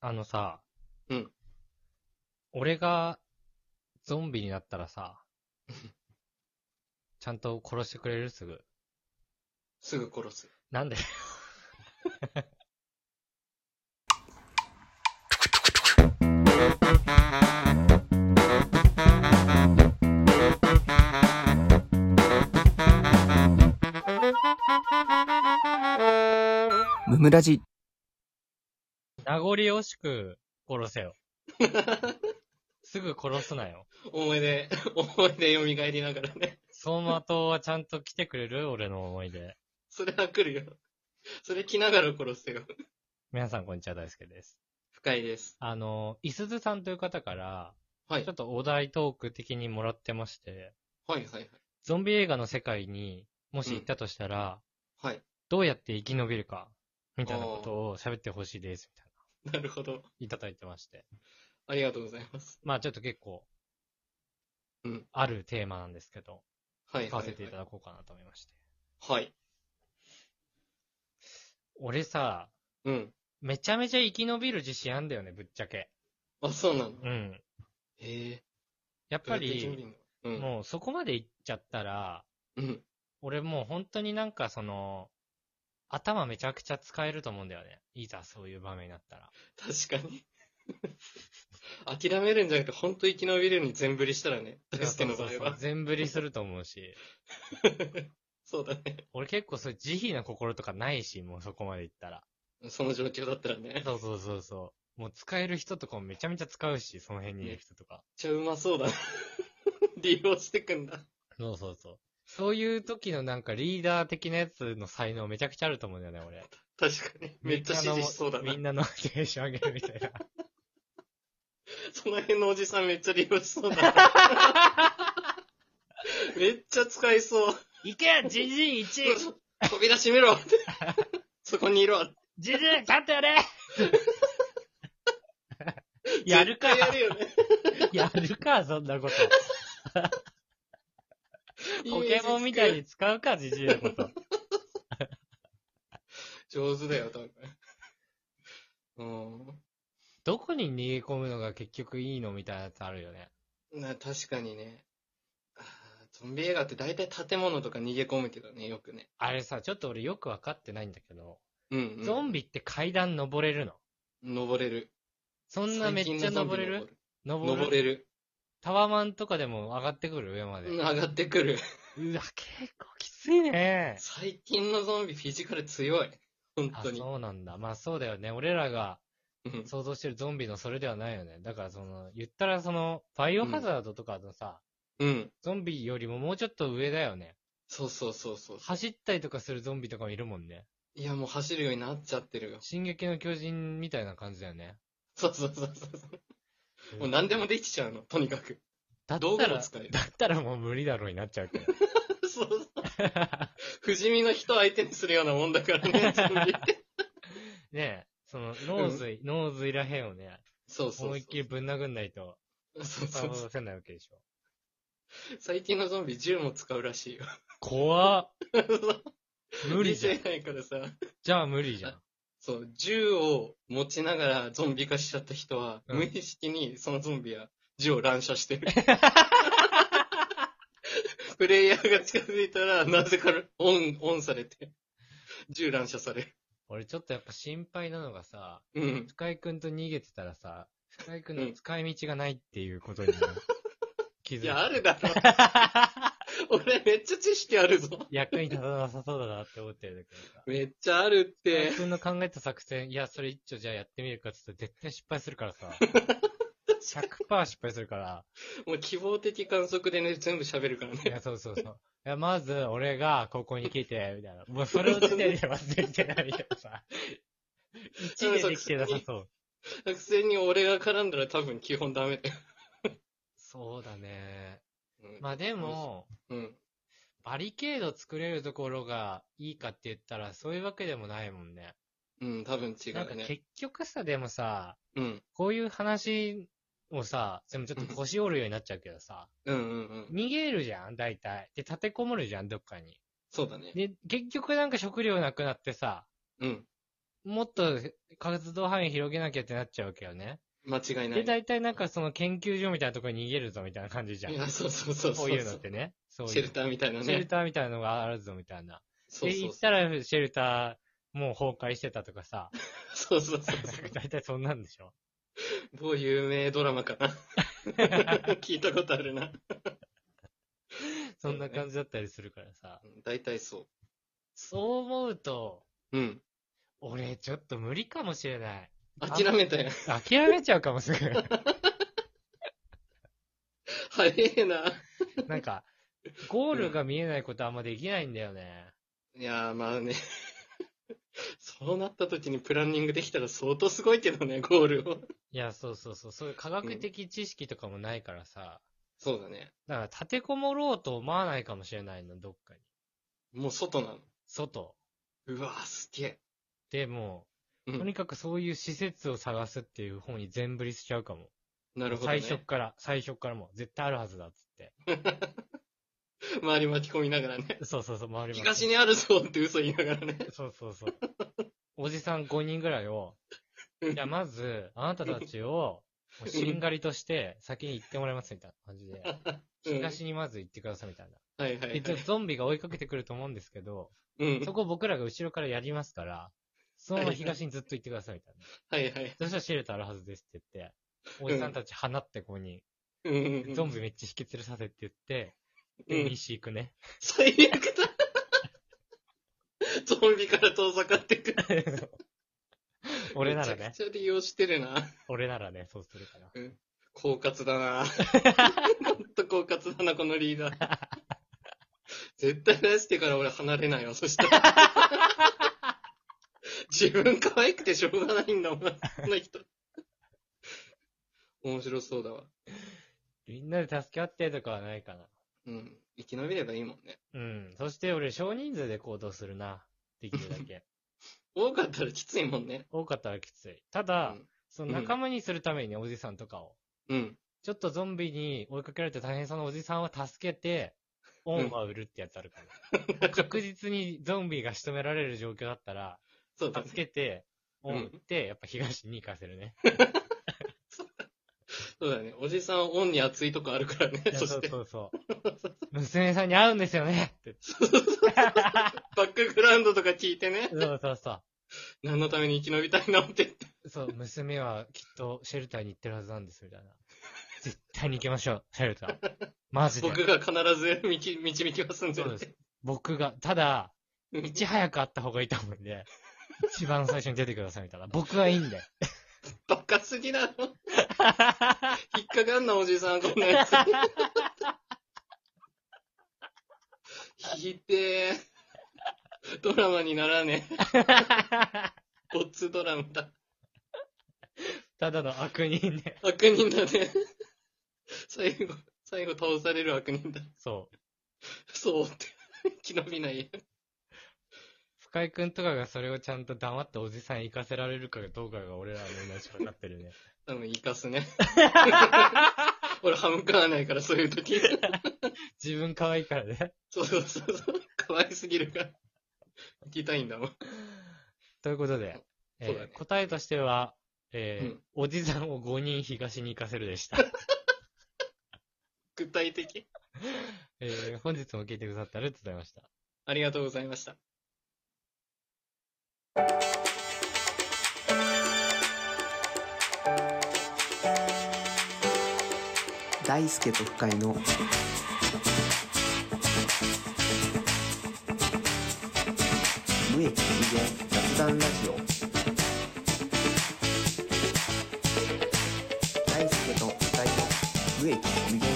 あのさ、うん。俺がゾンビになったら さ、ちゃんと殺してくれるすぐ。すぐ殺す。 なんでムムラジ。名残惜しく殺せよ。すぐ殺すなよ。思い出、思い出蘇りながらね。走馬灯はちゃんと来てくれる俺の思い出。それは来るよ。それ来ながら殺すよ。皆さんこんにちは、大輔です。深いです。あの、いすずさんという方から、はいちょ。っとお題トーク的にもらってまして、はいはいはい。ゾンビ映画の世界にもし行ったとしたら、はい。どうやって生き延びるか、みたいなことを喋ってほしいです、みたいな、なるほど。いただいてまして。ありがとうございます。まあちょっと結構、うんあるテーマなんですけど、はい書かはい、はい。せていただこうかなと思いまして。はい。俺さ、うん。めちゃめちゃ生き延びる自信あんだよね、ぶっちゃけ。あ、そうなの。うん。へえ。やっやっぱり、、うん。もうそこまで行っちゃったら、うん。俺もう本当になんかその、頭めちゃくちゃ使えると思うんだよね。いざそういう場面になったら。確かに。諦めるんじゃなくて、ほんと生き延びるように全振りしたらね。大輔の場そう合そうそうは。全振りすると思うし。 そうだね。俺結構そういう慈悲な心とかないし、もうそこまで行ったら。その状況だったらね。めっそうそうそうそう。もう使える人とかもめちゃめちゃ使うし、その辺にいる人とか。ちゃうまそうだね。 利用してくんだ。そうそうそう。そういう時のなんかリーダー的なやつの才能めちゃくちゃあると思うんだよね、俺。確かに。めっちゃ支持しそうだなみ。んなのテンション上げるみたいな。その辺のおじさんめっちゃ利用しそう だな。めっちゃ使 いそう。いけじじい 1! じじ扉閉めろって。そこにいろ。い立ってやれ やるか絶対やるよね。やるか、そんなこと。ポケモンみたいに使うか、じじいのこと。上手だよ、多分。うどこに逃げ込むのが結局いいのみたいなやつあるよね。ん。な、確かにね。あーゾンビ映画って大体建物とか逃げ込むけどね、よくね。あれさ、ちょっと俺よくわかってないんだけど、うん、うん。ゾンビって階段登れるの登れる。そんなめっちゃ登れる登る登る登れる。タワマンとかでも上がってくる上まで。ううんわ、上がってくる。結構きついね。最近のゾンビフィジカル強い。本あ、当に。そうなんだ。まあそうだよね。俺らがうん想像してるゾンビのそれではないよね。だからその、言ったらその、バイオハザードとかのさ、うん。ゾンビよりももうちょっと上だよね。そうそうそうそう。走ったりとかするゾンビとかもいるもんね。いや、もう走るようになっちゃってるよ。進撃の巨人みたいな感じだよね。そうそうそうそう。もう何でもできちゃうの、とにかく。だっ道た具もら、使える。だったらもう無理だろうになっちゃう けど。そうそう。不死身の人相手にするようなもんだから ね、ゾンビって。ねえ、その、脳髄、脳髄らへんをね、そうそうそう。思いっきりぶん殴んないと、そ使うそうわそう。せないわけでしょ。最近のゾンビ銃も使うらしいよ。怖っ無理 じゃん理。性ないからさ。じゃあ無理じゃん。そう、銃を持ちながらゾンビ化しちゃった人は、うん無意識にそのゾンビは銃を乱射し てる。プレイヤーが近づいたら、なぜかオン、オンされて、銃乱射される。俺ちょっとやっぱ心配なのがさ、うん。深井くんと逃げてたらさ、深井くんうのん使い道がないっていうこと に、ね、気づいいや、た。あるだろ。 俺めっちゃ知識あるぞ。役に立たなさそうだなって思ってるんだけどさ。めっちゃあるっ深て井。くんの考えた作戦、いや、それ一丁じゃあやってみるかって言ったら絶対失敗するから さ。100%失敗するから。もう希望的観測でね、全部喋るからいね。や、そうそうそう。いや、まず、俺が高校に来て、みたいな。もうそれを時点で忘れてないみたいなさ。一年できてなさ そう。作戦に俺が絡んだら多分基本ダメだよ。そうだね。うんまあでも、うん。バリケード作れるところがいいかって言ったら、そういうわけでもないもんね。うん、多分違なんかうね。結局さ、でもさ、うん。こういう話をさ、でもちょっと腰折るようになっちゃうけどさ、うんうんうん。逃げるじゃん、大体。で、立てこもるじゃん、どっかに。そうだね。で、結局なんか食料なくなってさ、うん。もっと活動範囲広げなきゃってなっちゃうわけよね。間違いなで、い。大体なんかその研究所みたいなところに逃げるぞみたいな感じじゃんい。や、そうそうそうそこう。ういうのってね。そうシいェう。ルターみたいなシェルね。ターみたいなのがあるぞみたいな。そうで、そう行ったらシェルターもう崩壊してたとかさ。そう。そうそうそう。大体そんなんでしょ。某有名ドラマか な。聞いたことあるな。そんな感じだったりするからさ。大体そそう思うと、う。うん。俺ちょっと無理かもしれない。諦めたやん。諦めちゃうかもすぐ。早えな。 なんか、ゴールが見えないことあんまできないんだよね。いやー、まあね。そうなった時にプランニングできたら相当すごいけどね、ゴールを。いや、そうそうそう。そういう科学的知識とかもないからさ。そうだね。だから立てこもろうと思わないかもしれないの、どっかに。もう外なの。外。うわー、すげえ。でも、うとんに。かくそういう施設を探すっていう方に全振りしちゃうかも。なるほど、最ね。初っから、最初っからもう絶対あるはずだっつって。周り巻き込みながらね。そうそうそう、周りも東にあるぞって嘘言いながらね。そうそうそう。おじさん5人ぐらいを、うんいや、まず、あなたたちを、もうしんがりとして、先に行ってもらいますみたいな感じで、うん東にまず行ってくださいみたいはいな。はい、でちょっはい。とゾンビが追いかけてくると思うんですけど、うん。そこ僕らが後ろからやりますから、そのまま東にずっと行ってくださいみたいな。はいはい。そしたらシェルターあるはずですって言って、おじさんたち放ってここに、うんうんうん。ゾンビめっちゃ引き連れさせって言って、うで、ん西行くね。最悪だ。ゾンビから遠ざかってくる。俺ならめちゃねく、ちゃ利用してるな。俺ならね、そうするから。狡猾だな。ほんと狡猾だな、このリーダー。絶対出してから俺離れないわ、そしたら。自分可愛くてしょうがないんだもん、その人。面白そうだわ。みんなで助け合ってとかはないかな。うん。生き延びればいいもんね。うん。そして俺、少人数で行動するな。できるだ け。多かったらきついもんね。多かったらきつい。たうだ、ん。その仲間にするためにね、おじさんとかを。うん。ちょっとゾンビに追いかけられて大変そうなおじさんを助けて、恩は売るってやつあるか な。確実にゾンビが仕留められる状況だったら、そうだね助。けて、うん恩売って、やっぱ東に行かせるね。そうだね。おじさん、オンに熱いとこあるからねい。やそそしうて、そうそう。娘さんに会うんですよねって。バックグラウンドとか聞いてね。そうそうそ何のために生き延びたいのって言って。う。そう、娘はきっとシェルターに行ってるはずなんです、みたいな。絶対に行きましょう、シェルター。マジで。僕が必ず導導きますんで。そうです。僕が、ただ、うんいち早く会った方がいいと思うんで、一番最初に出てくださいみたいな。僕はいいん で。バカすぎ だろ。引っかかんな、おじさん、こんなやつ。引いてードラマにならねえ。ボッツドラマだ。ただの悪人で。悪人だね。最後、最後倒される悪人だ。そう。そうって。生き延びない。深井くんとかがそれをちゃんと黙っておじさん行かせられるかどうかが俺らの命かかってるね。多分、生か すね。俺、歯向かわないから、そういう時。自分可愛いからね。そうそうそう そう。可愛すぎるから。行きたいんだもん。ということで、えーそうだね答えとしては、えーうんおじさんを5人東に行かせるでした。具体的。えー本日も聞いてくださってありがとうございました。ありがとうございました。大輔と深井の無益無限雑談ラジオ大輔と深井の無益無限